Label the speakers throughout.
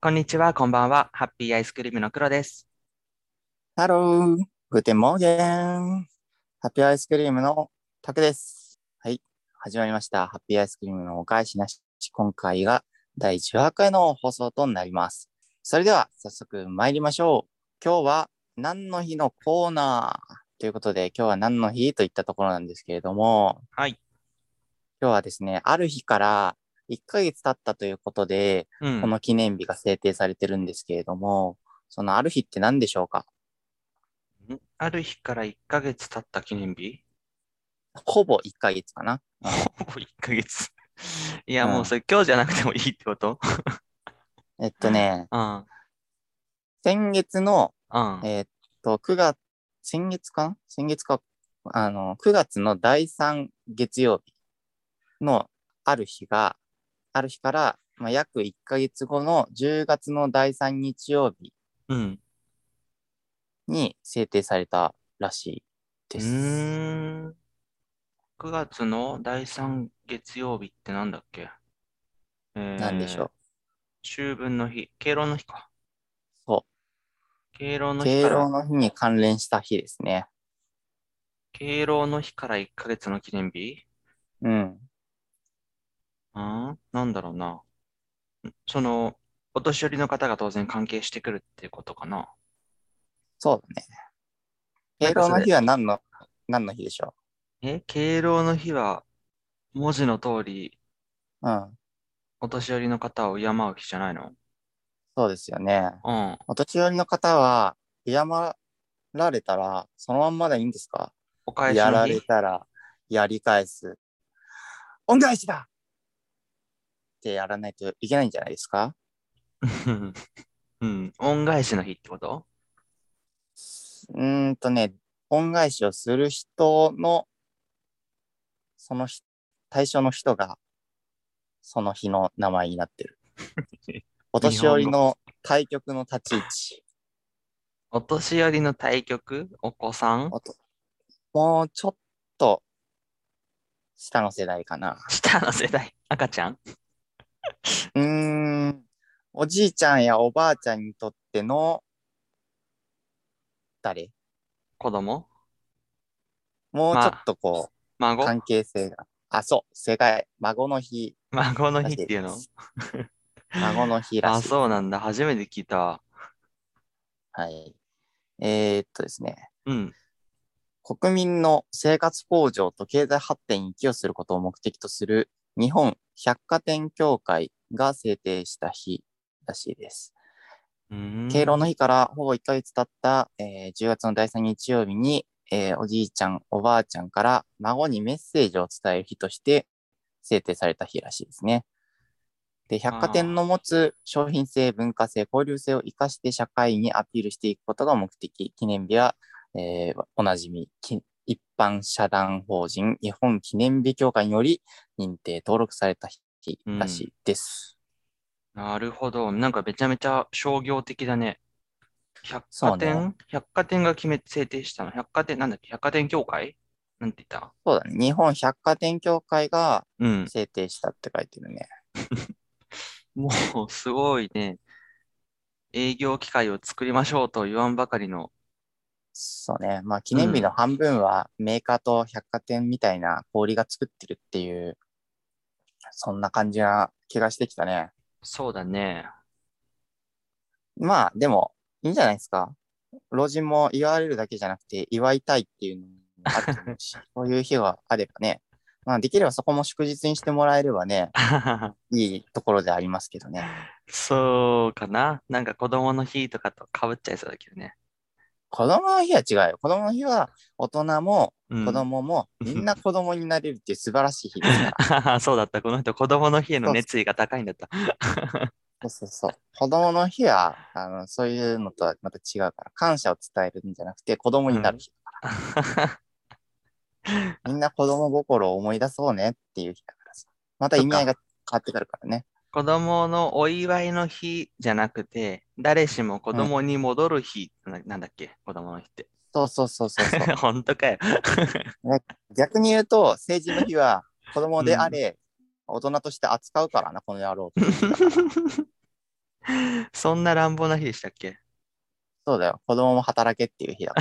Speaker 1: こんにちは、こんばんは。ハッピーアイスクリームの黒です。
Speaker 2: ハロー、グテンモーゲン。ハッピーアイスクリームのタクです。はい、始まりました。ハッピーアイスクリームのお返しなし。今回が第18回の放送となります。それでは早速参りましょう。今日は何の日のコーナーということで、今日は何の日といったところなんですけれども、
Speaker 1: はい。
Speaker 2: 今日はですね、ある日から1ヶ月経ったということで、
Speaker 1: うん
Speaker 2: この記念日が制定されてるんですけれども、そのある日って何でしょうか
Speaker 1: んある日から1ヶ月経った記念日
Speaker 2: ほぼ1ヶ月かな。
Speaker 1: ほぼ1ヶ月。 いや、
Speaker 2: うん
Speaker 1: もうそれ今日じゃなくてもいいってこと
Speaker 2: えっとね、
Speaker 1: うん。うん。
Speaker 2: 先月の、
Speaker 1: あ
Speaker 2: えっと、9月、先月かな先月か、あの、9月の第3月曜日のある日が、ある日から、まあ、約1ヶ月後の10月の第3日曜日
Speaker 1: うん。
Speaker 2: に制定されたらしいです。
Speaker 1: うーん9月の第3月曜日ってなんだっけ
Speaker 2: なんでしょう。
Speaker 1: 秋分の日、敬老の日か。
Speaker 2: そ
Speaker 1: 敬老
Speaker 2: う。
Speaker 1: の日
Speaker 2: 敬
Speaker 1: か
Speaker 2: 老
Speaker 1: ら、
Speaker 2: の日に関連した日ですね。
Speaker 1: 敬老の日から1ヶ月の記念日
Speaker 2: うん。
Speaker 1: あーなんだろうな。んその、お年寄りの方が当然関係してくるっていうことかな。
Speaker 2: そうだね。
Speaker 1: なん
Speaker 2: 敬
Speaker 1: か
Speaker 2: 老
Speaker 1: それ
Speaker 2: の日は何の、何の日でしょ
Speaker 1: え、敬老の日は、文字の通り、
Speaker 2: う。うん。
Speaker 1: お年寄りの方を敬う日じゃないの
Speaker 2: そうですよね。
Speaker 1: うん。
Speaker 2: お年寄りの方は、敬られたら、そのまんまでいいんですか
Speaker 1: お返し
Speaker 2: や
Speaker 1: の
Speaker 2: られ
Speaker 1: 日
Speaker 2: たら、やり返す。恩返しだってやらないといけないんじゃないですか
Speaker 1: うん うん。恩返しの日ってこと。
Speaker 2: うーんとね、恩返しをする人の、その人対象の人が、その日の名前になってる お年寄りの対局の立ち位置。
Speaker 1: お年寄りの対局お子さん
Speaker 2: おともうちょっと、下の世代かな。
Speaker 1: 下の世代赤ちゃん
Speaker 2: うーん、おじいちゃんやおばあちゃんにとっての、誰
Speaker 1: 子供
Speaker 2: もう
Speaker 1: ま
Speaker 2: ち
Speaker 1: あ
Speaker 2: ょっとこう、
Speaker 1: 孫
Speaker 2: 関係性が。あ、そう、正解。孫の日、
Speaker 1: 孫の日っていうの
Speaker 2: らし 孫の日ら
Speaker 1: あ、
Speaker 2: しい。
Speaker 1: そうなんだ。初めて聞いたわ。
Speaker 2: はい。えーっとですね、
Speaker 1: うん。
Speaker 2: 国民の生活向上と経済発展に寄与することを目的とする日本百貨店協会が制定した日らしいです。
Speaker 1: うーん
Speaker 2: 敬老の日からほぼ1ヶ月経った、えー10月の第3日曜日に、えーおじいちゃん、おばあちゃんから孫にメッセージを伝える日として制定された日らしいですね。で、百貨店の持つ商品性、文化性、交流性を生かして社会にアピールしていくことが目的。記念日は、えーおなじみ、き一般社団法人日本記念日協会により認定、登録された日らしいです。
Speaker 1: なるほど。なんかめちゃめちゃ商業的だね。百貨
Speaker 2: そ
Speaker 1: 店、百貨店が決め、制定したの。百貨店、なんだっけ百貨店協会なんて言った
Speaker 2: そうだね。日本百貨店協会が
Speaker 1: うん。
Speaker 2: 制定したって書いてるね。
Speaker 1: もう、すごいね。営業機会を作りましょうと言わんばかりの。
Speaker 2: そうね。まあ、記念日の半分はメーカーと百貨店みたいな氷が作ってるっていう、そんな感じな気がしてきたね。
Speaker 1: そうだね。
Speaker 2: まあ、でも、いいんじゃないですか。老人も祝われるだけじゃなくて、祝いたいっていうのもあると思う し、そういう日があればね。まあ、できればそこも祝日にしてもらえればね、いいところでありますけどね。
Speaker 1: そうかな。なんか子供の日とかと被っちゃいそうだけどね。
Speaker 2: 子供の日は違うよ。子供の日は大人も
Speaker 1: うん
Speaker 2: 子供もみんな子供になれるっていう素晴らしい日ですか ら。
Speaker 1: そうだった。この人、子供の日への熱意が高いんだった。
Speaker 2: そうそうそう。子供の日は、あの、そういうのとはまた違うから、感謝を伝えるんじゃなくて、子供になる日。みんな子供心を思い出そうねっていう日だからさ。また意味合いが変わってくるからね。
Speaker 1: 子供のお祝いの日じゃなくて、誰しも子供に戻る日、ななんだっけ、子供の日 って。
Speaker 2: そうそうそうそう そう。
Speaker 1: 本当かよ。
Speaker 2: 逆に言うと、成人の日は子供であれ、大人として扱うからな、この野郎って。
Speaker 1: そんな乱暴な日でしたっけ
Speaker 2: そうだよ。子供も働けっていう日だっ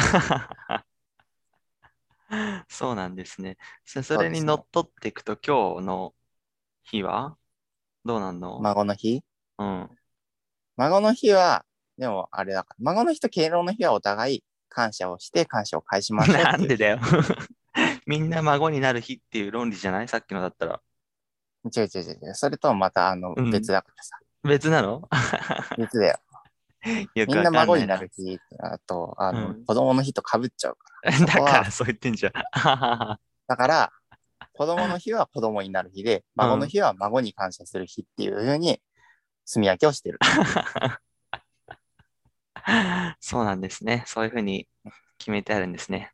Speaker 2: た。
Speaker 1: そうなんですね。そ
Speaker 2: そう
Speaker 1: そ
Speaker 2: で
Speaker 1: れ
Speaker 2: すね
Speaker 1: にのっとっていくと、今日の日はどうなんの、
Speaker 2: 孫の日
Speaker 1: うん。
Speaker 2: 孫の日は、でもあれだから、孫の日と敬老の日はお互い感謝をして感謝を返しましょうっていう
Speaker 1: なんでだよ。 みんな孫になる日っていう論理じゃないさっきのだったら。
Speaker 2: 違う違う違う違う。それとはまたあの
Speaker 1: うん
Speaker 2: 別だからさ。
Speaker 1: 別なの
Speaker 2: 別だよ。
Speaker 1: よく
Speaker 2: みん
Speaker 1: わか
Speaker 2: なん
Speaker 1: ない
Speaker 2: 孫になる日、あと、あの、
Speaker 1: うん
Speaker 2: 子供の日とかぶっちゃうから。
Speaker 1: だ
Speaker 2: は
Speaker 1: からそう言ってんじゃん。
Speaker 2: だから、子供の日は子供になる日で、孫の日は孫に感謝する日っていうふうに、住み分けをしてる。
Speaker 1: そうなんですね。そういうふうに決めてあるんですね。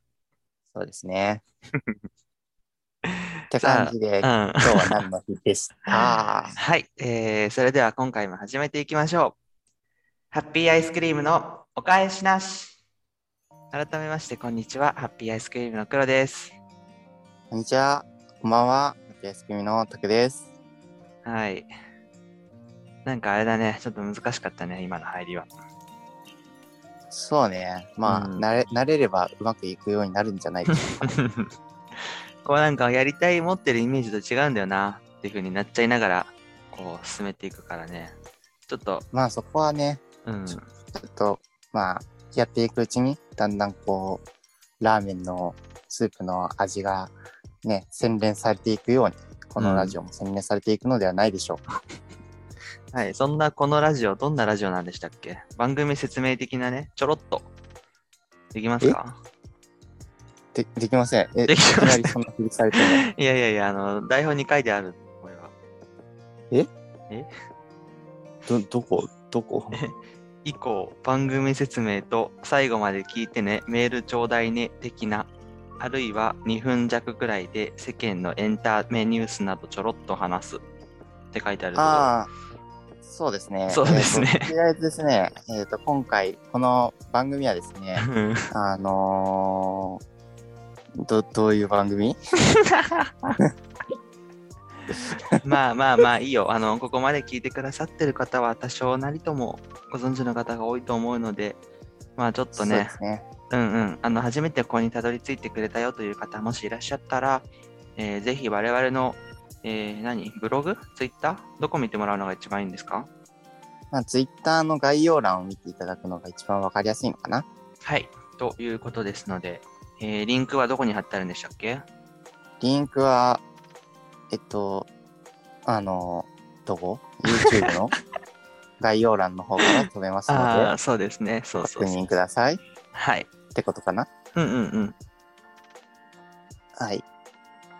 Speaker 2: そうで すね。って
Speaker 1: さあ
Speaker 2: 感じで、
Speaker 1: うん。
Speaker 2: 今
Speaker 1: は
Speaker 2: 日は何の日でした
Speaker 1: い、えーそれでは今回も始めていきましょう。ハッピーアイスクリームのお返しなし。改めまして、こんにちは。ハッピーアイスクリームの黒です。
Speaker 2: こんにちは。こんばんは。夏休みのたくです。
Speaker 1: はい。なんかあれだね。ちょっと難しかったね、今の入りは。
Speaker 2: そうね。まあ、
Speaker 1: うん
Speaker 2: 慣れ、慣れればうまくいくようになるんじゃないでし ょうか。
Speaker 1: こうなんかやりたい持ってるイメージと違うんだよなっていう風になっちゃいながらこう進めていくからねちょっと
Speaker 2: まあ、そこはね、
Speaker 1: うん
Speaker 2: ちょっと、まあ、やっていくうちに、だんだんこう、ラーメンのスープの味がね、洗練されていくように、このラジオも洗練されていくのではないでしょうか。
Speaker 1: はいそんなこのラジオどんなラジオなんでしたっけ番組説明的なねちょろっとできますか
Speaker 2: でできません。え、
Speaker 1: で
Speaker 2: い
Speaker 1: き
Speaker 2: き
Speaker 1: ません
Speaker 2: なりそんな振りされて も。
Speaker 1: いやいやいやあの台本に書いてあるこれは
Speaker 2: ど、どこどこ
Speaker 1: 以降番組説明と最後まで聞いてねメールちょうだいね的なあるいは2分弱くらいで世間のエンタメニュースなどちょろっと話すって書いてあるけど
Speaker 2: ああ、そうですね。
Speaker 1: そうですね
Speaker 2: えーととりあえずですね、えっ、と、今回、この番組はです ね、
Speaker 1: うん
Speaker 2: あのー、ど、どういう番組
Speaker 1: まあまあまあいいよ。あの、ここまで聞いてくださってる方は多少なりともご存知の方が多いと思うので、まあちょっと
Speaker 2: そうで
Speaker 1: ね、
Speaker 2: すね。
Speaker 1: うんうん、あの、初めてここにたどり着いてくれたよという方もしいらっしゃったら、えーぜひ我々の、えー何ブログツイッターどこ見てもらうのが一番いいんですか
Speaker 2: まあ、ツイッターの概要欄を見ていただくのが一番わかりやすいのかな。
Speaker 1: はい。ということですので、えーリンクはどこに貼ってあるんでしたっけ
Speaker 2: リンクは、えっと、あの、どこ ?YouTube の概要欄の方から飛べます
Speaker 1: ああ
Speaker 2: の
Speaker 1: ー、そうですね。そ
Speaker 2: で、
Speaker 1: うそ
Speaker 2: 確
Speaker 1: うそう
Speaker 2: 認くださいっ
Speaker 1: はい。
Speaker 2: てことかな。
Speaker 1: うんうんうん。
Speaker 2: はい。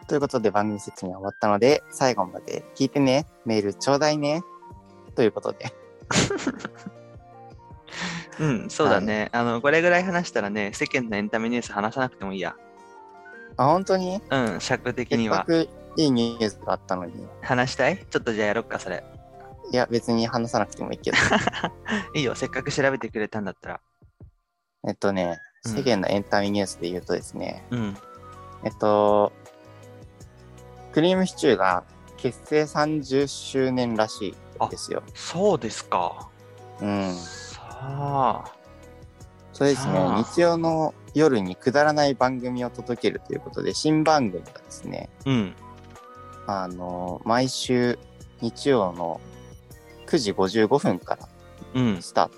Speaker 2: ということで番組説明は終わったので、最後まで聞いてね、メールちょうだいね、ということで。
Speaker 1: うん、そうだね。あの、これぐらい話したらね、世間のエンタメニュース話さなくてもいいや。
Speaker 2: あ、本当に
Speaker 1: うん、尺的
Speaker 2: せ
Speaker 1: に
Speaker 2: っか
Speaker 1: は。
Speaker 2: くいいニュースがあったのに。
Speaker 1: 話したいちょっとじゃあやろっか、それ。
Speaker 2: いや、別に話さなくてもいいけど。
Speaker 1: いいよ、せっかく調べてくれたんだったら。
Speaker 2: えっとね、
Speaker 1: うん
Speaker 2: 世間のエンタメニュースで言うとですね、
Speaker 1: うん。
Speaker 2: えっと、クリームシチューが結成30周年らしいんですよ。
Speaker 1: そうですか。
Speaker 2: うん。
Speaker 1: さあ。
Speaker 2: そうですね
Speaker 1: さあ、
Speaker 2: 日曜の夜にくだらない番組を届けるということで、新番組がですね、
Speaker 1: うん。
Speaker 2: あの、毎週日曜の9時55分から
Speaker 1: うん。
Speaker 2: スタート。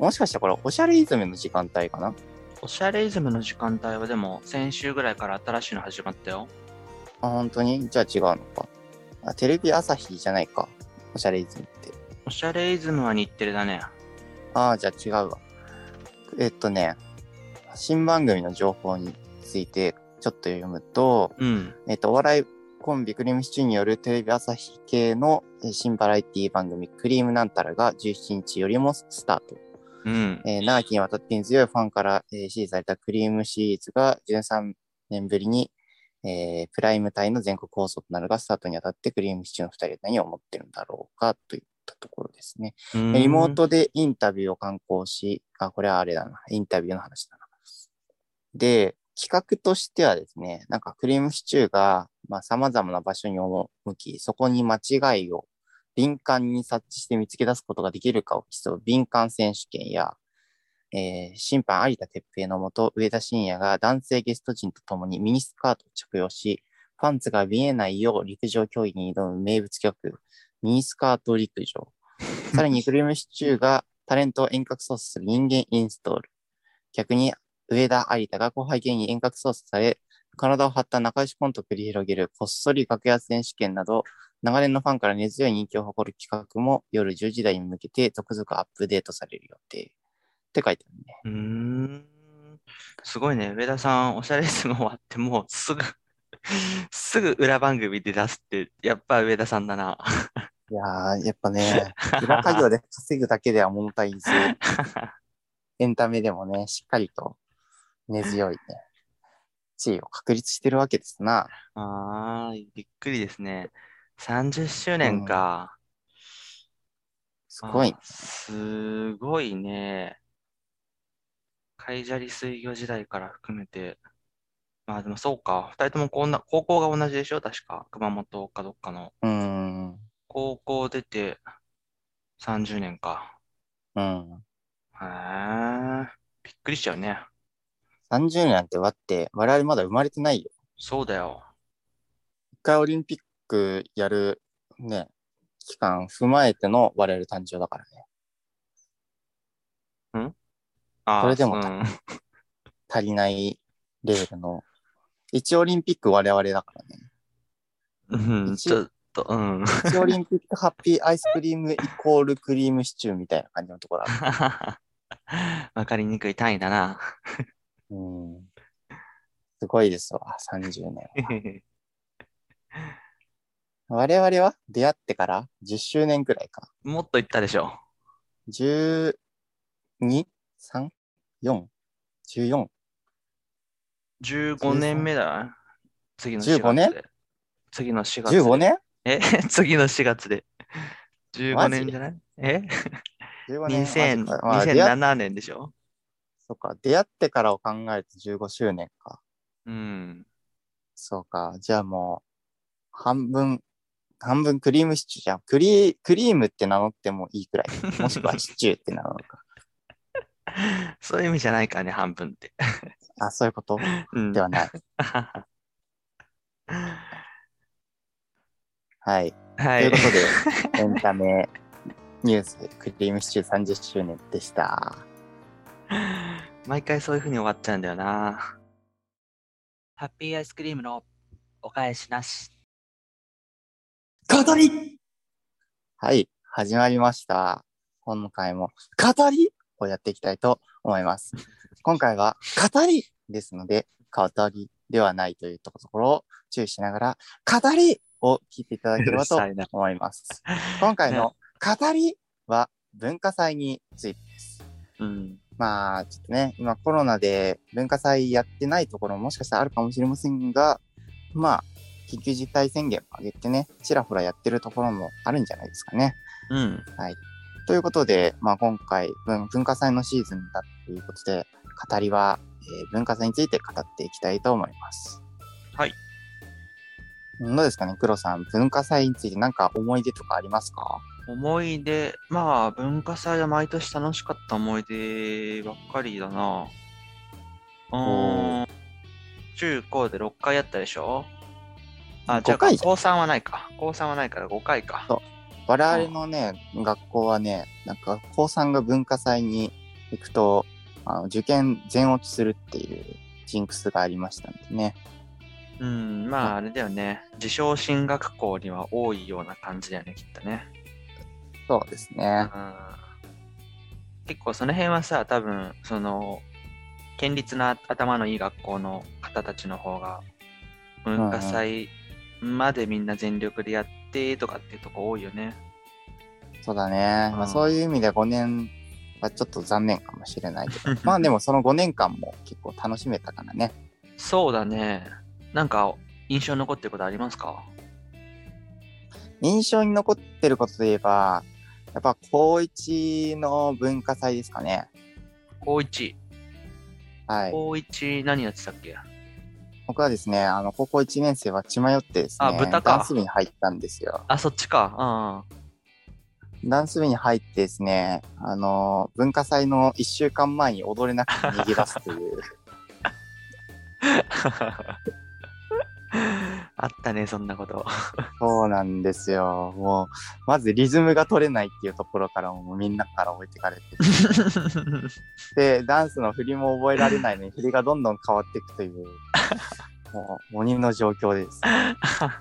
Speaker 2: もしかしたらこれ、おしゃれイズムの時間帯かな
Speaker 1: おしゃれイズムの時間帯はでも、先週ぐらいから新しいの始まったよ。
Speaker 2: あ、本当にじゃあ違うのか。あ、テレビ朝日じゃないか。おしゃれイズムって。
Speaker 1: おしゃれイズムは日テレだね。
Speaker 2: ああ、じゃあ違うわ。えっとね、新番組の情報についてちょっと読むと、
Speaker 1: うん。
Speaker 2: えっと、お笑いコンビクリームシチューによるテレビ朝日系のえー新バラエティ番組クリームなんたらが17日よりもスタート。
Speaker 1: うん。
Speaker 2: えー長きにわたって根強いファンから、えー支持されたクリームシリーズが13年ぶりに、えープライム帯の全国放送となるが、スタートにあたってクリームシチューの2人は何を思ってるんだろうかといったところですね。
Speaker 1: うん
Speaker 2: リモー。トでインタビューを刊行し、あ、これはあれだな、インタビューの話だな。で、企画としてはですね、なんかクリームシチューが、まあ、様々な場所に赴き、そこに間違いを敏感に察知して見つけ出すことができるかを競う敏感選手権や、えー審判有田哲平のもと、上田晋也が男性ゲスト陣と共にミニスカートを着用し、パンツが見えないよう陸上競技に挑む名物企画、ミニスカート陸上。さらに、グルメシチューがタレントを遠隔操作する人間インストール。逆に、上田有田が後輩芸人に遠隔操作され、体を張った仲良しコントを繰り広げるこっそり格安選手権など、長年のファンから根強い人気を誇る企画も夜10時台に向けて続々アップデートされる予定。って書いてあるね。
Speaker 1: うーんすごいね、上田さん、おしゃれ相撲終わって、もうすぐ、 すぐ裏番組で出すって、やっぱ上田さんだな。
Speaker 2: いやー、やっぱ ね、裏稼業で稼ぐだけでは物足りず、エンタメでもね、しっかりと根強いね、地位を確立してるわけですな。
Speaker 1: ああ、びっくりですね。30周年か。
Speaker 2: すごい
Speaker 1: あ。すごいね。カイジャリ水魚時代から含めて。まあでもそうか。二人ともこんな、高校が同じでしょ確か。熊本かどっかの。
Speaker 2: うーん。
Speaker 1: 高校出て30年か。
Speaker 2: うん。
Speaker 1: へえ。びっくりしちゃうね。
Speaker 2: 30年なんてわって、我々まだ生まれてないよ。
Speaker 1: そうだよ。
Speaker 2: 一回オリンピックやるね、期間踏まえての我々誕生だからね。
Speaker 1: ああ、
Speaker 2: それでも
Speaker 1: うん。
Speaker 2: 足りないレベルの。1オリンピック我々だからね。
Speaker 1: うん、ちょっと、うん。
Speaker 2: 1オリンピックハッピーアイスクリームイコールクリームシチューみたいな感じのところある。
Speaker 1: わかりにくい単位だな。
Speaker 2: うん。すごいですわ、30年。我々は出会ってから10周年くらいか。
Speaker 1: もっと言ったでしょ。
Speaker 2: 12?3?4?14? 14?
Speaker 1: 15年目だ。次の4
Speaker 2: 15
Speaker 1: 月
Speaker 2: 年
Speaker 1: で。次の4月で。
Speaker 2: 15年
Speaker 1: え 次の4月で。15
Speaker 2: マジ
Speaker 1: 年じゃないえ
Speaker 2: ?15 年。
Speaker 1: 2000
Speaker 2: マジかまあ出会っ
Speaker 1: 2007年でしょ
Speaker 2: そうか。出会ってからを考えると15周年か。
Speaker 1: うん。
Speaker 2: そうか。じゃあもう、半分、半分クリームシチューじゃん。クリー、クリームって名乗ってもいいく らい。もしくはシチューって名乗るか。
Speaker 1: そういう意味じゃないからね、半分って。
Speaker 2: あ、そういうこと
Speaker 1: うん
Speaker 2: で。はない。は
Speaker 1: は
Speaker 2: い。という
Speaker 1: い
Speaker 2: こ。とで、エンタメニュース、クリームシチュー30周年でした。
Speaker 1: 毎回そういう風に終わっちゃうんだよな。ハッピーアイスクリームのお返しなし。
Speaker 2: 語りはい、始まりました。今回も、語りをやっていきたいと思います。今回は、語りですので、語りではないというところを注意しながら、語りを聞いていただければと
Speaker 1: いな。
Speaker 2: 思います。今回の語りは、文化祭についてです。
Speaker 1: うん。
Speaker 2: まあ、ちょっとね、今コロナで文化祭やってないところももしかしたらあるかもしれませんが、まあ、緊急事態宣言を上げてね、ちらほらやってるところもあるんじゃないですかね。
Speaker 1: うん。
Speaker 2: ということで、まあ今回、文文化祭のシーズンだということで、語りは、えー文化祭について語っていきたいと思います。
Speaker 1: はい。
Speaker 2: どうですかね、黒さん、文化祭について何か思い出とかありますか
Speaker 1: 思い出、まあ、文化祭は毎年楽しかった思い出ばっかりだな。うーん。中高で6回やったでしょあ、じゃあ、
Speaker 2: 5回じゃん
Speaker 1: 高3はないか。高3はないから5回か。
Speaker 2: 我々のね、学校はね、なんか、高3が文化祭に行くと、あの受験全落ちするっていうジンクスがありましたんでね。
Speaker 1: うん、まあ、あれだよね。自称進学校には多いような感じだよね、きっとね。
Speaker 2: そうです
Speaker 1: う
Speaker 2: ね。
Speaker 1: ん結構その辺はさ多分その県立の頭のいい学校の方たちの方が文化祭までみんな全力でやってとかっていうとこ多いよね。
Speaker 2: そうだね。
Speaker 1: う
Speaker 2: まあ、
Speaker 1: ん
Speaker 2: そういう意味で5年はちょっと残念かもしれないけ ど、まあでもその5年間も結構楽しめたからね。
Speaker 1: そうだね。なんか印象に残ってることありますか
Speaker 2: 印象に残ってることで言えば、やっぱ高1の文化祭ですかね。
Speaker 1: 高一
Speaker 2: はい。
Speaker 1: 高一何やってたっけ
Speaker 2: 僕はですね、あの、高校1年生は血迷ってですね、
Speaker 1: あ豚か
Speaker 2: ダンス部に入ったんですよ。
Speaker 1: あ、そっちか。
Speaker 2: ダンス部に入ってですね、あの、文化祭の1週間前に踊れなくて逃げ出すという。
Speaker 1: あったね、そんな こと。
Speaker 2: そうなんですよ。もう、まずリズムが取れないっていうところからもうみんなから置いてかれて。で、ダンスの振りも覚えられないのに振りがどんどん変わっていくという、もう鬼の状況です。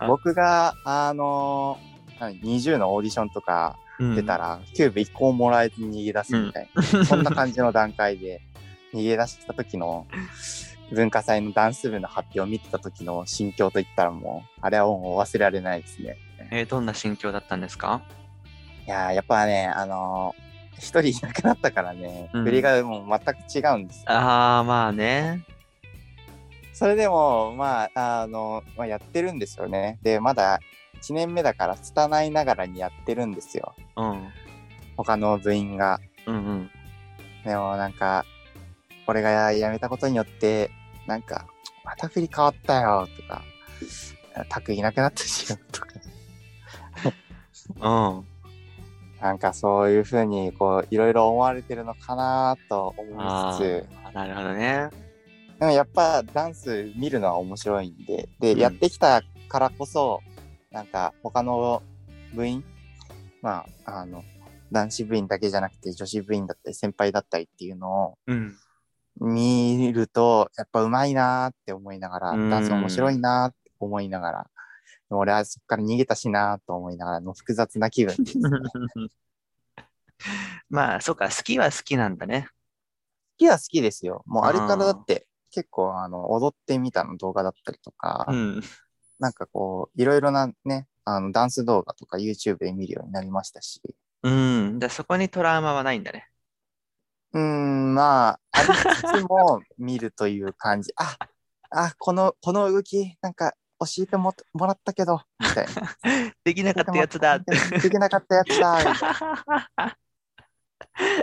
Speaker 2: 僕が、あの、何20のオーディションとか出た
Speaker 1: ら。
Speaker 2: ら、キューブ1個ももらえて逃げ出すみたいな、そんな感じの段階で逃げ出した時の文化祭のダンス部の発表を見てた時の心境といったらもうあれはもう忘れられないですね。
Speaker 1: えーどんな心境だったんですか
Speaker 2: いやーやっぱねあのー一人いなくなったからね、
Speaker 1: うん
Speaker 2: 振りがもう全く違うんですよ。
Speaker 1: ああ、まあね。
Speaker 2: それでもまああの、まあ、やってるんですよね。でまだ1年目だから拙いながらにやってるんですよ
Speaker 1: うん。
Speaker 2: 他の部員が。
Speaker 1: うんうん。
Speaker 2: でもなんか、俺が辞めたことによって、なんか、また振り変わったよとか、タクいなくなったし よとか、
Speaker 1: うん。
Speaker 2: なんかそういうふうに、こう、いろいろ思われてるのかなと思いつつ、
Speaker 1: あなるほどね。
Speaker 2: でもやっぱダンス見るのは面白いんで、で、
Speaker 1: うん
Speaker 2: やってきたからこそ、なんか他の部員、まあ、あの、男子部員だけじゃなくて女子部員だったり先輩だったりっていうのを
Speaker 1: うん。
Speaker 2: 見ると、やっぱうまいなーって思いながら、
Speaker 1: うん
Speaker 2: ダンス面白いなーって思いながら、でも俺はそこから逃げたしなーと思いながらの複雑な気分です、ね。好
Speaker 1: まあ、そうか、好きは好きなんだね。
Speaker 2: きは好きですよ。もう
Speaker 1: あー
Speaker 2: あれからだって結構あの踊ってみたの動画だったりとか、
Speaker 1: うん。
Speaker 2: なんかこう、いろいろなね、あのダンス動画とか YouTube で見るようになりましたし、
Speaker 1: うん。じゃあそこにトラウマはないんだね。
Speaker 2: うーん、まあ、ありつつも見るという感じ。あ、あ、この、この動き、なんか教えてももらったけど、みたいな。
Speaker 1: できなかったやつだって。
Speaker 2: できなかったやつだ。だ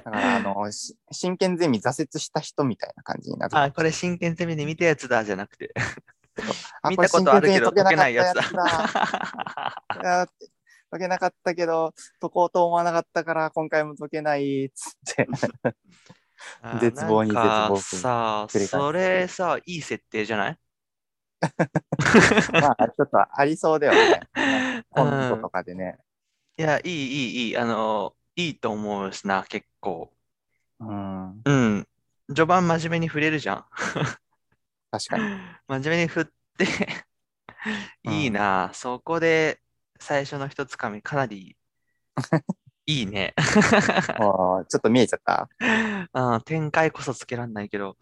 Speaker 2: から、あの、し真剣ゼミ挫折した人みたいな感じになる。
Speaker 1: あ、これ真剣攻めで見たやつだじゃなく て。
Speaker 2: あ
Speaker 1: 見たことあるけど解けないやつだ。
Speaker 2: だ。あ解けなかったけど、解こうと思わなかったから、今回も解けない、つって。
Speaker 1: あー
Speaker 2: 絶望に絶望
Speaker 1: なん
Speaker 2: を
Speaker 1: かさあ、
Speaker 2: 繰り返す
Speaker 1: それさ、いい設定じゃない
Speaker 2: まあ、ちょっとありそうだよね。コン
Speaker 1: う
Speaker 2: ト
Speaker 1: ん
Speaker 2: とかでね。
Speaker 1: いや、いい、いい、いい。あの、いいと思うしな、結構。
Speaker 2: うん、
Speaker 1: うん。序盤真面目に触れるじゃん。
Speaker 2: 確かに。
Speaker 1: 真面目に振って
Speaker 2: うん
Speaker 1: いいなあ、そこで最初の一つかみかなりいいね、
Speaker 2: もうちょっと見えちゃった。
Speaker 1: うん、展開こそつけらんないけど、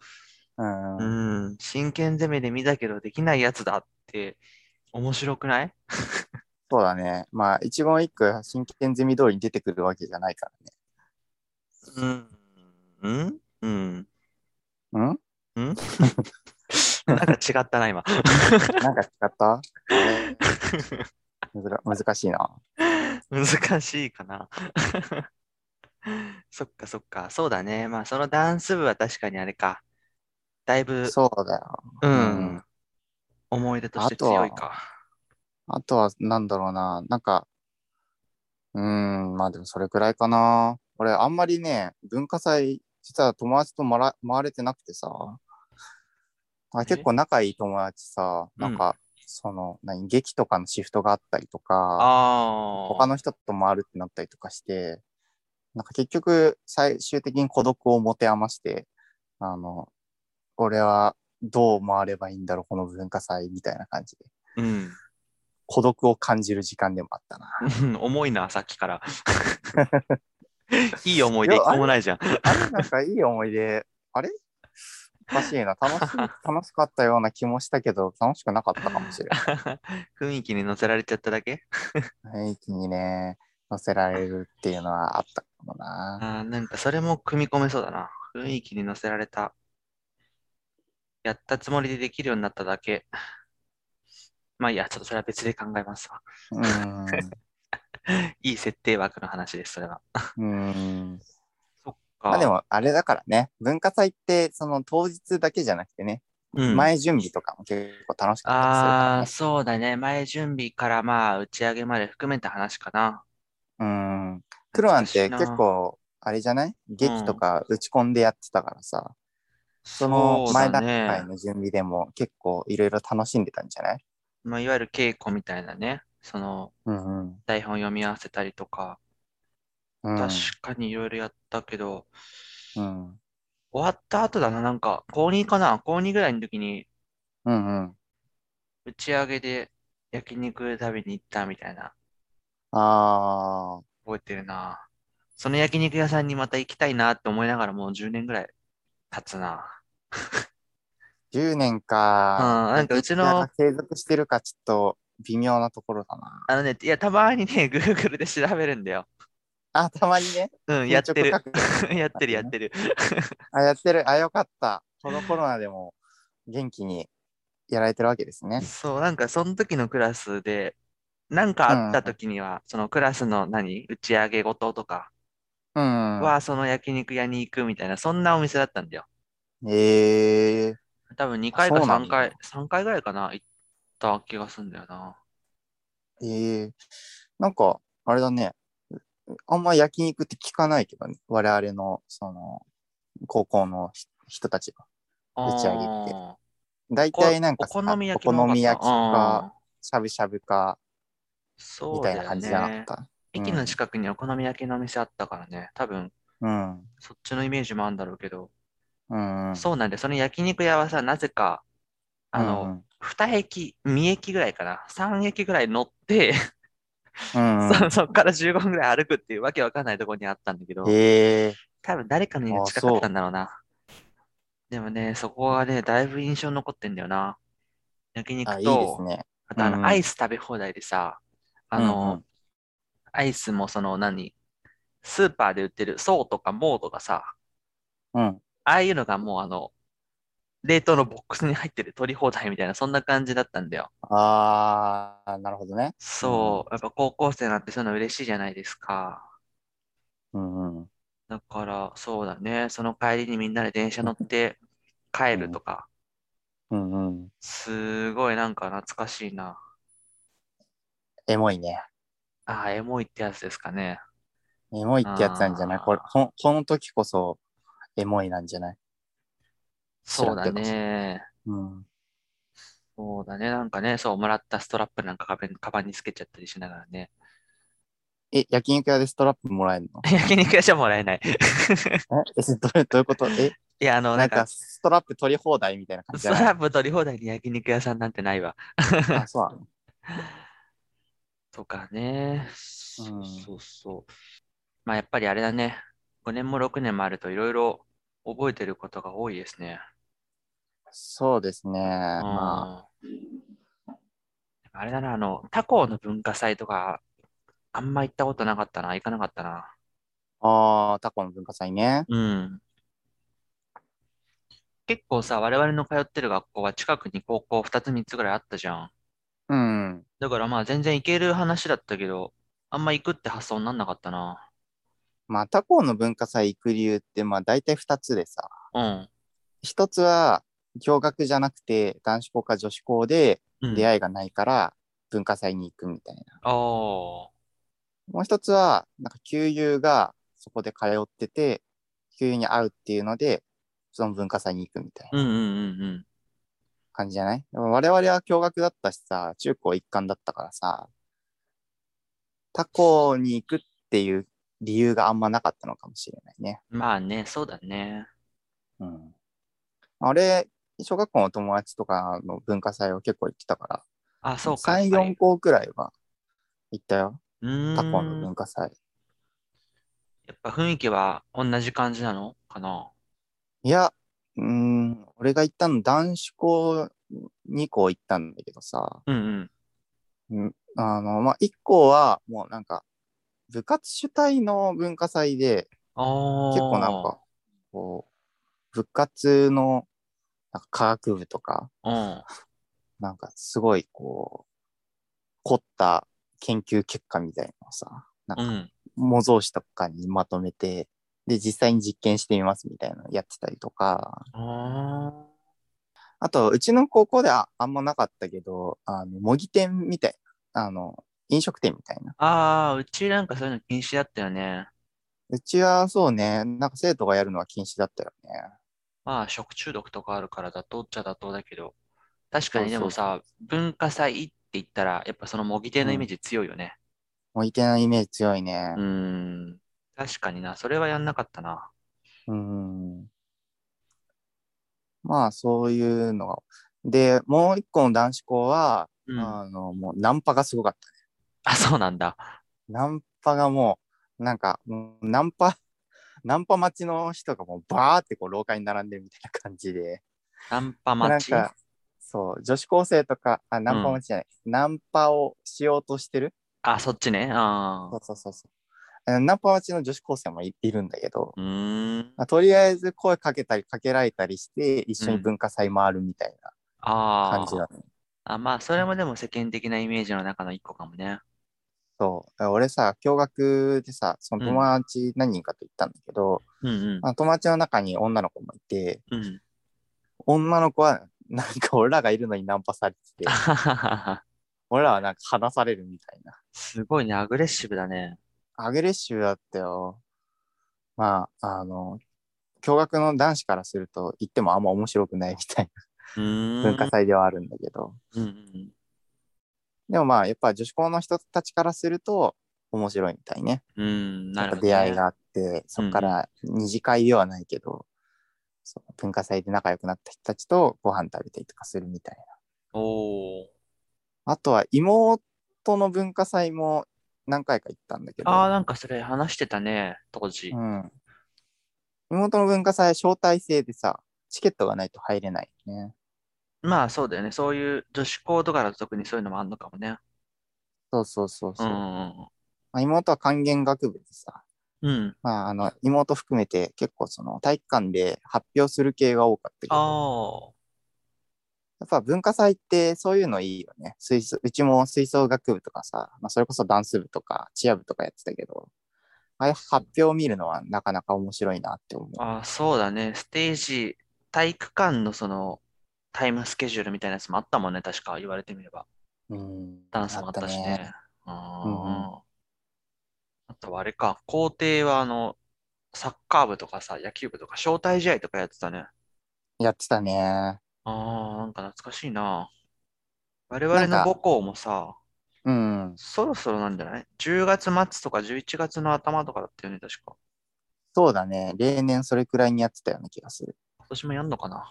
Speaker 2: うん。
Speaker 1: うん、真剣攻めで見たけどできないやつだって面白くない
Speaker 2: そうだね。まあ、一言一句、真剣ゼミ通りに出てくるわけじゃないか
Speaker 1: うん、うん、うん、
Speaker 2: らね。ん
Speaker 1: うんなんか違ったな、今。
Speaker 2: なんか違ったむずら難しいな。
Speaker 1: 難しいかな。 そっかそっか。そうだね。まあそのダンス部は確かにあれか。だいぶ、
Speaker 2: そうだよ。
Speaker 1: う。
Speaker 2: うん
Speaker 1: 思い出として強い
Speaker 2: あと
Speaker 1: か。
Speaker 2: あとは、なんだろうな、なんか、うーん、まあでもそれくらいかな。俺、あんまりね、文化祭、実は友達とまら回れてなくてさ、あ結構仲いい友達さ、
Speaker 1: うん
Speaker 2: なんか、その、何、劇とかのシフトがあったりとか、
Speaker 1: ああ。
Speaker 2: 他の人と回るってなったりとかして、なんか結局、最終的に孤独を持て余して、あの、俺はどう回ればいいんだろう、この文化祭みたいな感じで。
Speaker 1: うん。
Speaker 2: 孤独を感じる時間でもあったな。
Speaker 1: うん重いな、さっき から。いい思い出一
Speaker 2: いやあ
Speaker 1: 個
Speaker 2: れ
Speaker 1: もないじゃん。
Speaker 2: あれなんかいい思い出、あれおかしいな。楽 しい、楽しかったような気もしたけど、楽しくなかったかもしれない。
Speaker 1: 雰囲気に乗せられちゃっただけ
Speaker 2: 雰囲気にね、乗せられるっていうのはあったかもな。
Speaker 1: あーなんかそれも組み込めそうだな。雰囲気に乗せられた。やったつもりでできるようになっただけ。まあいいや、ちょっとそれは別で考えますわ。
Speaker 2: うーん。
Speaker 1: いい設定枠の話です、それは。
Speaker 2: うーん
Speaker 1: そっか。
Speaker 2: まあでも、あれだからね、文化祭って、その当日だけじゃなくてね、
Speaker 1: うん、
Speaker 2: 前準備とかも結構楽しかったりするから
Speaker 1: ああ、
Speaker 2: ね。
Speaker 1: そうだね。前準備からまあ打ち上げまで含めた話かな。
Speaker 2: うん。クロアンって
Speaker 1: 懐かしいな
Speaker 2: 結構、あれじゃない劇とか打ち込んでやってたからさ、その
Speaker 1: そう
Speaker 2: 前
Speaker 1: だ
Speaker 2: 段
Speaker 1: ね
Speaker 2: 階の準備でも結構いろいろ楽しんでたんじゃない
Speaker 1: まあ、いわゆる稽古みたいなね、その
Speaker 2: うんうん。
Speaker 1: 台本読み合わせたりとか、
Speaker 2: うん
Speaker 1: 確かにいろいろやったけど、
Speaker 2: うん。
Speaker 1: 終わった後だな、なんか、高2かな、高2ぐらいの時に、
Speaker 2: うんうん。
Speaker 1: 打ち上げで焼肉食べに行ったみたいな、
Speaker 2: あー、
Speaker 1: 覚えてるな。その焼肉屋さんにまた行きたいなって思いながらもう10年ぐらい経つな。
Speaker 2: 10年
Speaker 1: う
Speaker 2: か。
Speaker 1: んなんかうちの
Speaker 2: なんか継続してるかちょっと微妙なところだな。
Speaker 1: あのね、いや、たまにね、Google で調べるんだよ。
Speaker 2: あ、たまにね。
Speaker 1: うん、やってる
Speaker 2: 進捗。確 認
Speaker 1: やってる、やってる。
Speaker 2: あ、やってる。あ、よかった。このコロナでも元気にやられてるわけですね。
Speaker 1: そう、なんかその時のクラスで、なんかあった時には、そのクラスの何、打ち上げごととか
Speaker 2: うん。
Speaker 1: は、その焼肉屋に行くみたいな、そんなお店だったんだよ。
Speaker 2: ええ
Speaker 1: 多分2回
Speaker 2: あ
Speaker 1: か
Speaker 2: そうな
Speaker 1: 3
Speaker 2: んだ
Speaker 1: 回、3回ぐらいかな、行った気がするんだよな。
Speaker 2: ええなんか、あれだね。あんま焼肉って聞かないけどね。我々の、その、高校のひ人たちが。打ち上げって
Speaker 1: あー
Speaker 2: 大
Speaker 1: こ
Speaker 2: 体なんかさ
Speaker 1: お好み焼き
Speaker 2: お
Speaker 1: も多かった
Speaker 2: 好み焼きか、
Speaker 1: うん
Speaker 2: しゃぶしゃぶか、
Speaker 1: そう
Speaker 2: みたいな
Speaker 1: だよ
Speaker 2: 感じじゃなか
Speaker 1: ね
Speaker 2: っ。た。
Speaker 1: 駅の近くにお好み焼きのお店あったからね、多分
Speaker 2: うん。
Speaker 1: そっちのイメージもあるんだろうけど、
Speaker 2: うん。うん
Speaker 1: そうなんで、その焼肉屋はさ、なぜか、あの、、2駅、2駅ぐらいかな、3駅ぐらい乗って、
Speaker 2: うんうん
Speaker 1: そそっから15分ぐらい歩くっていうわけわかんないところにあったんだけど、
Speaker 2: ええ
Speaker 1: 多分誰かの家近かったんだろうな。でもね、そこはね、だいぶ印象に残ってんだよな。焼肉
Speaker 2: あ、いいです
Speaker 1: と、
Speaker 2: ね。
Speaker 1: あとあ
Speaker 2: う
Speaker 1: の、
Speaker 2: ん
Speaker 1: アイス食べ放題でさ、あ
Speaker 2: うんう
Speaker 1: の
Speaker 2: ん、
Speaker 1: アイスもその何、スーパーで売ってる層とかモーとかさ、
Speaker 2: うん。
Speaker 1: ああいうのがもうあの、冷凍のボックスに入ってる取り放題みたいな、そんな感じだったんだよ。
Speaker 2: ああ、なるほどね。
Speaker 1: そう、やっぱ高校生になってそういうの嬉しいじゃないですか。
Speaker 2: うんうん。
Speaker 1: だから、そうだね、その帰りにみんなで電車乗 って帰るとか、
Speaker 2: うんうん。
Speaker 1: すごいなんか懐かしいな。
Speaker 2: エモいね。
Speaker 1: ああ、エモいってやつですかね。
Speaker 2: エモいってやつなんじゃない
Speaker 1: あー
Speaker 2: これこ、この時こそエモいなんじゃない
Speaker 1: そうだ
Speaker 2: 知らんけど
Speaker 1: ね。
Speaker 2: うん。
Speaker 1: そうだね、なんかね、そう、もらったストラップなんかカバンカバンにつけちゃったりしながらね。
Speaker 2: え、焼肉屋でストラップもらえる の
Speaker 1: 焼肉屋じゃもらえない。
Speaker 2: え、えどうどう いうことえ、
Speaker 1: いや、あの、
Speaker 2: な
Speaker 1: なん
Speaker 2: ん
Speaker 1: か
Speaker 2: か、ストラップ取り放題みたいな感じ
Speaker 1: ス
Speaker 2: じ
Speaker 1: ト
Speaker 2: ゃない
Speaker 1: ラップ取り放題に焼肉屋さんなんてないわ。
Speaker 2: あ、そうなの
Speaker 1: とかね。
Speaker 2: う
Speaker 1: そうんそうそう。まあやっぱりあれだね。5年も6年もあるといろいろ覚えてることが多いですね。
Speaker 2: そうです
Speaker 1: う
Speaker 2: ね。
Speaker 1: ん
Speaker 2: まあ、
Speaker 1: あれだな、あの、他校の文化祭とか、あんま行ったことなかったな、行かなかったな。
Speaker 2: ああ、タコの文化祭ね。
Speaker 1: うん。結構さ、我々の通ってる学校は近くに高校2つ3つぐらいあったじゃん。
Speaker 2: うん。
Speaker 1: だからまあ全然行ける話だったけど、あんま行くって発想になんなかったな。
Speaker 2: まあ、他校の文化祭行く理由って、まあ、大体2つでさ。
Speaker 1: うん。
Speaker 2: 一つは、共学じゃなくて、男子校か女子校で
Speaker 1: うん。
Speaker 2: 出会いがないから、文化祭に行くみたいな。
Speaker 1: ああ。
Speaker 2: もう一つは、なんか、給友がそこで通ってて、給友に会うっていうので、その文化祭に行くみたいな
Speaker 1: うんうんうんうん。
Speaker 2: 感じじゃない、でも我々は共学だったしさ、中高一貫だったからさ、他校に行くっていう理由があんまなかったのかもしれないね。
Speaker 1: まあね、そうだね。
Speaker 2: うん。あれ、小学校の友達とかの文化祭を結構行ってたから、
Speaker 1: あ、そうか。
Speaker 2: 3、
Speaker 1: やっ
Speaker 2: 4校くらいは行ったよ。
Speaker 1: ぱりうーん
Speaker 2: 他校の文化祭。
Speaker 1: やっぱ雰囲気は同じ感じなのかない
Speaker 2: や、うーん、俺が行ったの男子校2校行ったんだけどさ、
Speaker 1: うんうん。
Speaker 2: うんあの、まあ、1校はもうなんか、部活主体の文化祭で、
Speaker 1: あ
Speaker 2: 結構なんか、こう、部活のなんか科学部とか、
Speaker 1: あ。
Speaker 2: なんかすごいこう、凝った研究結果みたいなのをさ、なん
Speaker 1: うん。う
Speaker 2: か
Speaker 1: ん。
Speaker 2: 模造紙とかにまとめて、で、実際に実験してみますみたいなのやってたりとか、
Speaker 1: あ
Speaker 2: あと、うちの高校ではあんまなかったけど、あの模擬店みたいな、あの、飲食店みたいな。
Speaker 1: ああ、うちなんかそういうの禁止だったよね。
Speaker 2: うちはそうね、なんか生徒がやるのは禁止だったよね。
Speaker 1: まあ、食中毒とかあるから妥当っちゃ妥当だけど、確かにで
Speaker 2: そう
Speaker 1: も
Speaker 2: そう
Speaker 1: さ、文化祭って言ったら、やっぱその模擬店のイメージ強いよね。
Speaker 2: もういてないイメージ強いね
Speaker 1: う。ーん。確かにな、それはやんなかったな。
Speaker 2: うん。まあ、そういうのが。で、もう一個の男子校は、
Speaker 1: うん。あ、
Speaker 2: あの、もうナンパがすごかった。
Speaker 1: そうなんだ。
Speaker 2: ナンパがもう、なんか、もうナンパ、 ナンパ待ちの人がもうバーってこう廊下に並んでるみたいな感じで。
Speaker 1: ナンパ
Speaker 2: なん
Speaker 1: 待ち。
Speaker 2: か、そう、女子高生とか、あ、ナンパ待ちじゃない、ナンパをしようとしてる。
Speaker 1: あ、そっちね。あ
Speaker 2: そ
Speaker 1: あ
Speaker 2: う。そうそうそう。あのナンパ待ちの女子高生もいいるんだけど、
Speaker 1: うーん。
Speaker 2: まあとりあえず声かけたりかけられたりして、一緒に文化祭回るみたいな
Speaker 1: あ
Speaker 2: 感じだね。
Speaker 1: あ。あ、まあ、それもでも世間的なイメージの中の一個かもね。
Speaker 2: そう。だから俺さ、共学でさ、その友達何人かと行ったんだけど、
Speaker 1: うん
Speaker 2: まあ友達の中に女の子もいて、
Speaker 1: うん。うん。
Speaker 2: 女の子はなんか俺らがいるのにナンパされてて
Speaker 1: あはははは
Speaker 2: 俺らはなんか話されるみたいな
Speaker 1: すごいね、アグレッシブだね。
Speaker 2: アグレッシブだったよまああの共学の男子からすると言ってもあんま面白くないみたいうな
Speaker 1: ーん。
Speaker 2: 文化祭ではあるんだけど、
Speaker 1: うんうん。
Speaker 2: でもまあやっぱ女子校の人たちからすると面白いみたいね
Speaker 1: うん、な
Speaker 2: やっ
Speaker 1: る
Speaker 2: ぱ
Speaker 1: ほど、ね。
Speaker 2: 出会いがあってそこから二次会ではないけど、そう文化祭で仲良くなった人たちとご飯食べたりとかするみたいな
Speaker 1: おお。
Speaker 2: あとは妹の文化祭も何回か行ったんだけど、
Speaker 1: ああ、なんかそれ話してたね、当時。
Speaker 2: うん、妹の文化祭は招待制でさ、チケットがないと入れないよね。
Speaker 1: まあそうだよね。そういう女子校とかだと特にそういうのもあんのかもね。
Speaker 2: そうそうそう
Speaker 1: う
Speaker 2: そう、ま
Speaker 1: ん。
Speaker 2: あ妹は管弦学部でさ、
Speaker 1: うん。
Speaker 2: まあ、あの妹含めて結構その体育館で発表する系が多かったけど、
Speaker 1: あ
Speaker 2: やっぱ文化祭ってそういうのいいよね。吹奏うちも吹奏楽部とかさ、まあ、それこそダンス部とかチア部とかやってたけど、ああいう発表を見るのはなかなか面白いなって思う。
Speaker 1: あ、ああ、そうだね。ステージ、体育館のそのタイムスケジュールみたいなやつもあったもんね。確か言われてみれば。
Speaker 2: うん
Speaker 1: ダンスもあったしね。う
Speaker 2: うん
Speaker 1: ん。あとはあれか、校庭はあの、サッカー部とかさ、野球部とか、招待試合とかやってたね。
Speaker 2: やってたね。
Speaker 1: ああ、なんか懐かしいな。我々の
Speaker 2: なんか
Speaker 1: 母校もさ、
Speaker 2: うん。
Speaker 1: そろそろなんじゃない ?10 月末とか11月の頭とかだったよね、確か。
Speaker 2: そうだね。例年それくらいにやってたような気がする。
Speaker 1: 今年もやんのかな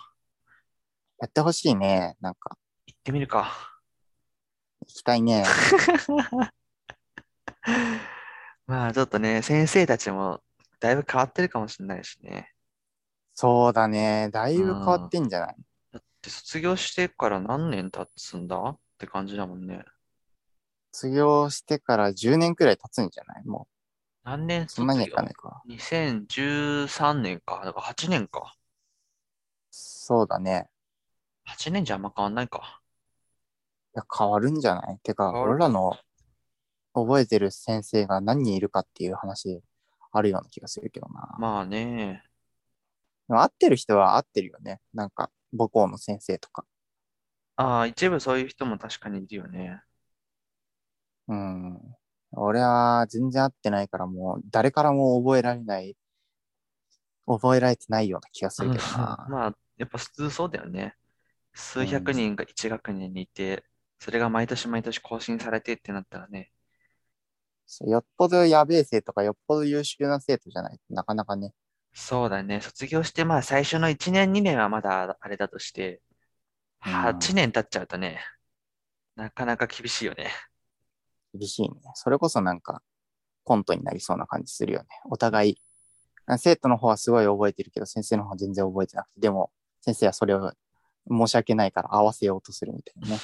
Speaker 2: やってほしいね。なんか、
Speaker 1: 行ってみるか。
Speaker 2: 行きた いね。
Speaker 1: まあちょっとね、先生たちもだいぶ変わってるかもしれないしね。
Speaker 2: そうだね。だいぶ変わってんじゃない
Speaker 1: で卒業してから何年経つんだって感じだもんね。
Speaker 2: 卒業してから10年くらい経つんじゃないも
Speaker 1: 何年
Speaker 2: う、そんなに
Speaker 1: 卒
Speaker 2: はいかないか。
Speaker 1: 業 ?2013 年か。だから8年か。
Speaker 2: そうだね。
Speaker 1: 8年じゃあんま変わんないか。
Speaker 2: いや、変わるんじゃないてか、
Speaker 1: 変わる
Speaker 2: 俺らの覚えてる先生が何人いるかっていう話あるような気がするけどな。
Speaker 1: まあね。
Speaker 2: でも合ってる人は合ってるよね。なんか、母校の先生とか。
Speaker 1: ああ、一部そういう人も確かにいるよね。
Speaker 2: うん。俺は全然会ってないからもう誰からも覚えられない、覚えられてないような気がするけどな。
Speaker 1: まあ、やっぱ普通そうだよね。数
Speaker 2: う
Speaker 1: 百
Speaker 2: ん
Speaker 1: 人が1学年にいて、それが毎年毎年更新されてってなったらね。
Speaker 2: そうよっぽどやべえ生とかよっぽど優秀な生徒じゃないとなかなかね。
Speaker 1: そうだね。卒業して、まあ最初の1年、2年はまだあれだとして、
Speaker 2: うん
Speaker 1: 8年経っちゃうとね、なかなか厳しいよね。
Speaker 2: 厳しいね。それこそなんかコントになりそうな感じするよね。お互い。あ生徒の方はすごい覚えてるけど先生の方は全然覚えてなくて。でも先生はそれを申し訳ないから合わせようとするみた いなね。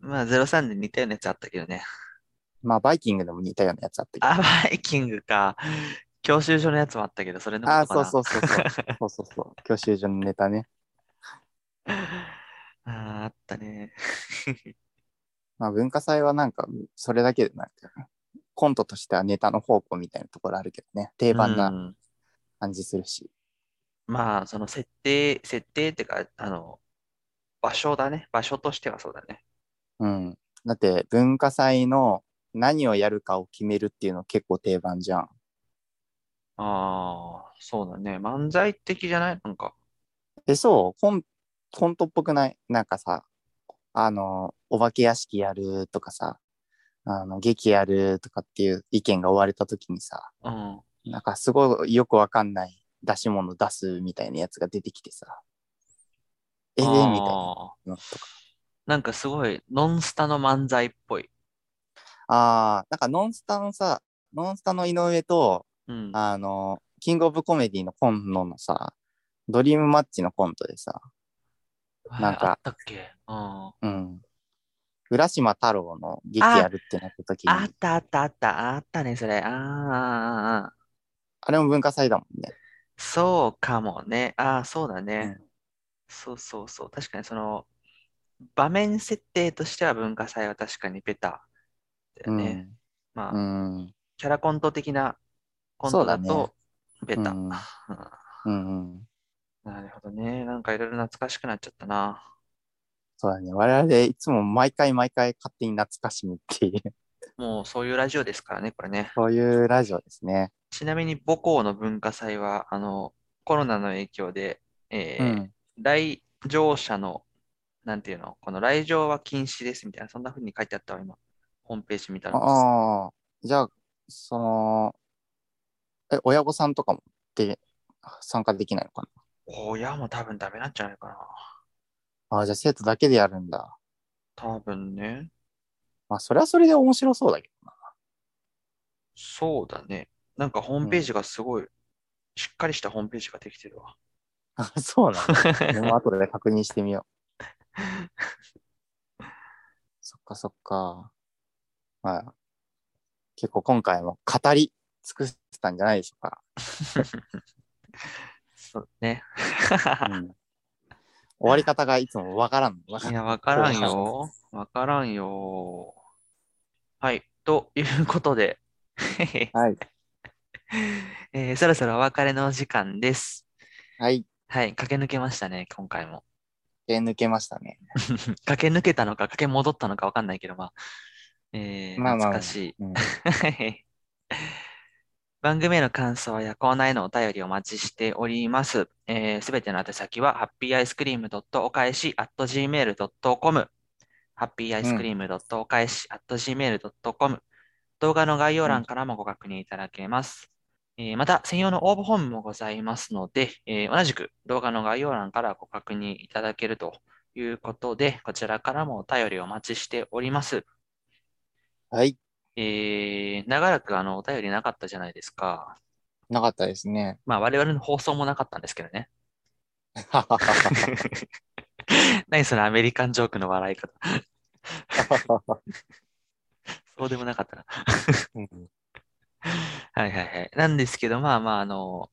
Speaker 1: まあ03で似たようなやつあったけどね。
Speaker 2: まあバイキングでも似たようなやつあったけど。
Speaker 1: あ、バイキングか。教習所のやつもあったけど、それの
Speaker 2: あ
Speaker 1: ことか
Speaker 2: あ、
Speaker 1: な。
Speaker 2: そうそうそうそう。 そうそうそう。教習所のネタね。
Speaker 1: あーあったね。
Speaker 2: まあ、文化祭はなんか、それだけでなんか、コントとしてはネタの方向みたいなところあるけどね、定番
Speaker 1: う
Speaker 2: なん感じするし。
Speaker 1: まあ、その設定、設定ってか、あの、場所だね。場所としてはそうだね。
Speaker 2: うん。だって文化祭の何をやるかを決めるっていうの結構定番じゃん。
Speaker 1: ああ、そうだね。漫才的じゃないなんか。
Speaker 2: で、そう、コンコントっぽくないなんかさ、あの、お化け屋敷やるとかさ、あの、劇やるとかっていう意見が追われた時にさ、
Speaker 1: うん。
Speaker 2: なんかすごいよくわかんない出し物出すみたいなやつが出てきてさ、ええみたい
Speaker 1: あー
Speaker 2: なのとか。
Speaker 1: なんかすごい、ノンスタの漫才っぽい。
Speaker 2: ああ、なんかノンスタのさ、ノンスタの井上と、
Speaker 1: うん。
Speaker 2: あの、キングオブコメディのコンノのさ、ドリームマッチのコントでさ、なん
Speaker 1: あ
Speaker 2: か
Speaker 1: ったっけうん。あ
Speaker 2: うん。浦島太郎の劇やるってなった時に、あ
Speaker 1: ったあったあった。あったね、それ。あーあー、あー
Speaker 2: れも文化祭だもんね。
Speaker 1: そうかもね。ああ、そうだね。
Speaker 2: う
Speaker 1: そうそうそう。確かにその、場面設定としては文化祭は確かにベタだよね。まあ、
Speaker 2: うん。うん。
Speaker 1: キャラコント的なコン
Speaker 2: そ
Speaker 1: ト
Speaker 2: うだ
Speaker 1: だ
Speaker 2: ね
Speaker 1: とベタ。
Speaker 2: うんうんうん。
Speaker 1: なるほどね。なんかいろいろ懐かしくなっちゃったな。
Speaker 2: そうだね。我々いつも毎回毎回勝手に懐かしむっていう、
Speaker 1: もうそういうラジオですからね、これね。
Speaker 2: そういうラジオですね。
Speaker 1: ちなみに母校の文化祭は、あの、コロナの影響で、えー
Speaker 2: うん。
Speaker 1: 来場者の、なんていうの、この来場は禁止ですみたいな、そんな風に書いてあったわ、今。ホームページ見たら。
Speaker 2: ああ、じゃあ、その、え、親御さんとかもで参加できないのか
Speaker 1: 親も多分ダメなんじゃないかな。
Speaker 2: なあーじゃあ生徒だけでやるんだ。
Speaker 1: 多分ね。
Speaker 2: まあ、それはそれで面白そうだけどな。
Speaker 1: そうだね。なんかホームページがすごい、しっかりしたホームページができてる わ。
Speaker 2: あそうなんだ。でも後で確認してみよう。 そっかそっか。まあ、結構今回も語り尽くしたんじゃないでしょうか。
Speaker 1: そうね。
Speaker 2: うん、終わり方がいつもわからん。
Speaker 1: いや、わからんよ。わからんよ。はい。ということ で、
Speaker 2: はい。
Speaker 1: えーそろそろお別れのお時間です。
Speaker 2: はい。
Speaker 1: はい。駆け抜けましたね、今回も。
Speaker 2: 手抜けましたね。
Speaker 1: 駆け抜けたのか、駆け戻ったのかわかんないけど、まあ、えー
Speaker 2: まあま
Speaker 1: 懐
Speaker 2: あ
Speaker 1: かしい。
Speaker 2: うん、
Speaker 1: 番組への感想やコーナーへのお便りをお待ちしております。す、え、べ、全ての宛先は、ハッピーアイスクリームお返し .gmail.com、ハッピーアイスクリームお返し .gmail.com、動画の概要欄からもご確認いただけます。えーまた、専用の応募フォームもございますので、えー同じく動画の概要欄からご確認いただけるということで、こちらからもお便りをお待ちしております。
Speaker 2: はい。
Speaker 1: えー長らくあのお便りなかったじゃないですか。
Speaker 2: なかったですね。
Speaker 1: まあ我々の放送もなかったんですけどね。 何そのアメリカンジョークの笑い方。そうでもなかったな。
Speaker 2: うん
Speaker 1: はいはいはい。なんですけど、まあまあ、あの、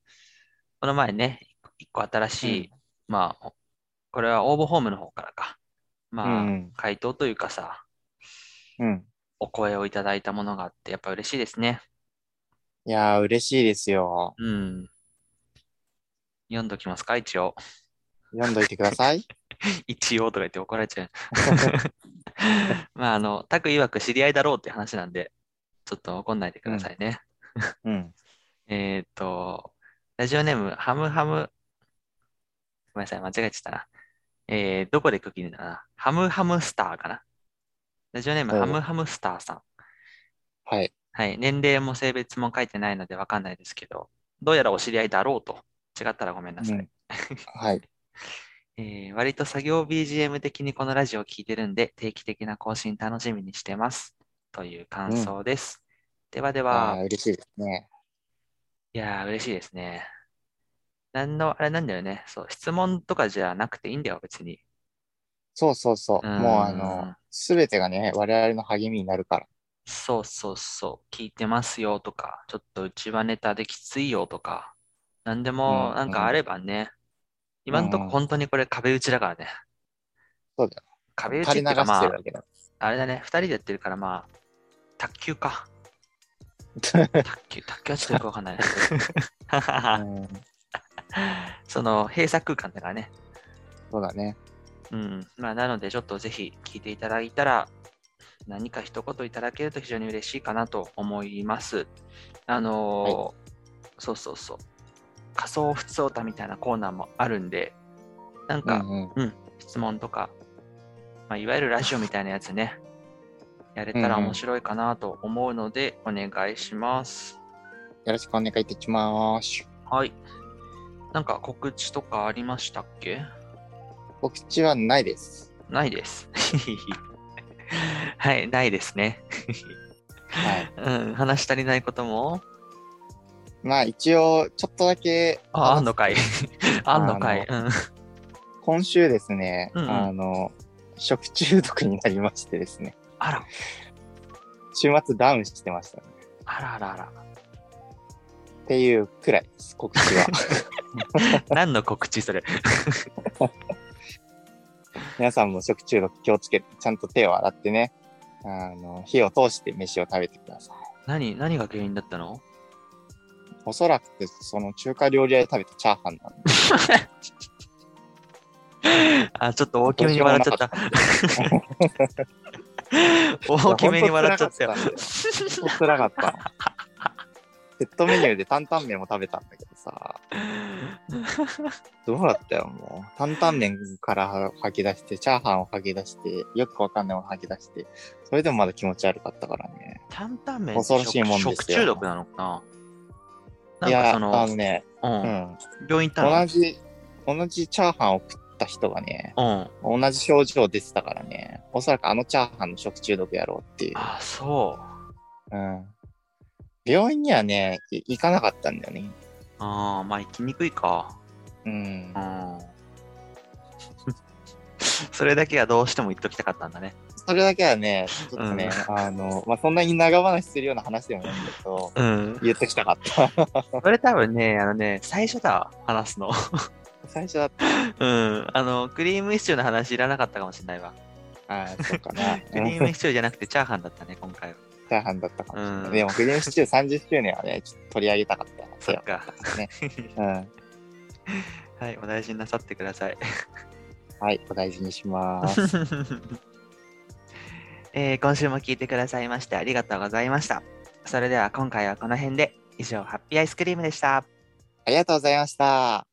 Speaker 1: この前ね、一個新しい、まあ、これは応募ホームの方からか。
Speaker 2: う
Speaker 1: まあ、
Speaker 2: ん。
Speaker 1: 回答というかさ、
Speaker 2: うん。
Speaker 1: お声をいただいたものがあって、やっぱ嬉しいですね。
Speaker 2: いやー、嬉しいですよ。
Speaker 1: うん。読んどきますか、一応。
Speaker 2: 読んどいてください。
Speaker 1: 一応とか言って怒られち ゃう。 まあ、あの、タク曰く知り合いだろうって話なんで、ちょっと怒んないでくださいね。
Speaker 2: うん。
Speaker 1: えーっと、ラジオネーム、ハムハム、ごめんなさい、間違えちゃったな。えー、どこで区切るんだな。ハムハムスターかな。ラジオネーム、
Speaker 2: おう
Speaker 1: ハムハムスターさん。
Speaker 2: はい。
Speaker 1: はい、年齢も性別も書いてないのでわかんないですけど、どうやらお知り合いだろうと。違ったらごめんなさい。
Speaker 2: うん はい。
Speaker 1: えー割と作業 BGM 的にこのラジオを聴いてるんで、定期的な更新楽しみにしてます。という感想です。ではで
Speaker 2: あ
Speaker 1: は
Speaker 2: あ、、嬉しいですね。
Speaker 1: いやー、嬉しいですね。なんの、あれなんだよね。そう、質問とかじゃなくていいんだよ、別に。
Speaker 2: そうそうそう。
Speaker 1: うん
Speaker 2: もうあの、すべてがね、我々の励みになるから。
Speaker 1: そうそうそう、聞いてますよとか、ちょっとうちはネタできついよとか、なんでも
Speaker 2: うん
Speaker 1: なんかあればね、今んとこ
Speaker 2: うん
Speaker 1: 本当にこれ壁打ちだからね。
Speaker 2: そうだよ。
Speaker 1: 壁打ちって
Speaker 2: 垂れ
Speaker 1: いうか
Speaker 2: 流
Speaker 1: ま
Speaker 2: して
Speaker 1: あ
Speaker 2: る、わけだ。
Speaker 1: あれだね、二人でやってるからまあ、卓球 か。卓球、卓球はちょっとよくわかんない な。
Speaker 2: うん、
Speaker 1: その閉鎖空間だからね。
Speaker 2: そうだね。
Speaker 1: うん。まあ、なので、ちょっとぜひ聞いていただいたら、何か一言いただけると非常に嬉しいかなと思います。あのーそうそうそう。仮想普通歌みたいなコーナーもあるんで、なん
Speaker 2: う
Speaker 1: か
Speaker 2: んうん
Speaker 1: 質問とか、まあ、いわゆるラジオみたいなやつ ね、やれたら
Speaker 2: うんうん
Speaker 1: 面白いかなと思うので、お願いします。
Speaker 2: よろしくお願いいたします。
Speaker 1: はい。なんか告知とかありましたっけ
Speaker 2: 告知はないです。
Speaker 1: ないです。 はい、ないですね。
Speaker 2: はい。
Speaker 1: うん、話し足りないことも、
Speaker 2: まあ一応、ちょっとだけ、
Speaker 1: あ、あんのかい。あんのかい。うん
Speaker 2: 今週ですね、
Speaker 1: うんうん
Speaker 2: あの、食中毒になりましてですね、
Speaker 1: あら、
Speaker 2: 週末ダウンしてましたね。
Speaker 1: あらあらあら。
Speaker 2: っていうくらいです、告知 は。
Speaker 1: 何の告知それ。
Speaker 2: 皆さんも食中毒気をつけて、ちゃんと手を洗ってね、あの、火を通して飯を食べてください。
Speaker 1: 何、何が原因だったの
Speaker 2: おそらく、その中華料理屋で食べたチャーハンなんで。
Speaker 1: あ、ちょっと大きめに笑っちゃった。大きめに笑っちゃったよ。
Speaker 2: ちょっと辛かった。セットメニューで担々麺も食べたんだけどさ、どうだったよ、もう。担々麺から吐き出して、チャーハンを吐き出して、よくわかんないもの吐き出して、それでもまだ気持ち悪かったからね。
Speaker 1: 担々 麺
Speaker 2: 恐ろしいもんですよ
Speaker 1: 食中毒なのかないなんか
Speaker 2: や、
Speaker 1: そ
Speaker 2: あ
Speaker 1: の、
Speaker 2: のね、
Speaker 1: う、
Speaker 2: うんん。
Speaker 1: 病院行った
Speaker 2: 同じ、同じチャーハンを食った人がね、
Speaker 1: のうん。
Speaker 2: 同じ症状出てたからね、おそらくあのチャーハンの食中毒やろうっていう。
Speaker 1: あ、そう。
Speaker 2: うん。病院にはね、い行かなかったんだよね。
Speaker 1: ああ、まあ行きにくいか。
Speaker 2: うん
Speaker 1: う。ん。 それだけはどうしても言っときたかったんだね。
Speaker 2: それだけはね、ちょっとね、あの、まあ、そんなに長話するような話でもないんだけど、
Speaker 1: うん。
Speaker 2: 言っときたかった。
Speaker 1: それ多分ね、あのね、最初だ、話すの。
Speaker 2: 最初だった。
Speaker 1: うん。あの、クリームシチューの話いらなかったかもしれないわ。
Speaker 2: ああ、そうか な。
Speaker 1: クリー
Speaker 2: うん
Speaker 1: ムシチューじゃなくてチャーハンだったね、今回は。
Speaker 2: チャーハンだったかもしれない。
Speaker 1: うん
Speaker 2: でも、グリーンシチュー30周年はね、ちょっと取り上げたかった。
Speaker 1: そっか。
Speaker 2: ね。うん。
Speaker 1: はい、お大事になさってください。
Speaker 2: はい、お大事にします。
Speaker 1: えー今週も聞いてくださいましてありがとうございました。それでは今回はこの辺で以上ハッピーアイスクリームでした。
Speaker 2: ありがとうございました。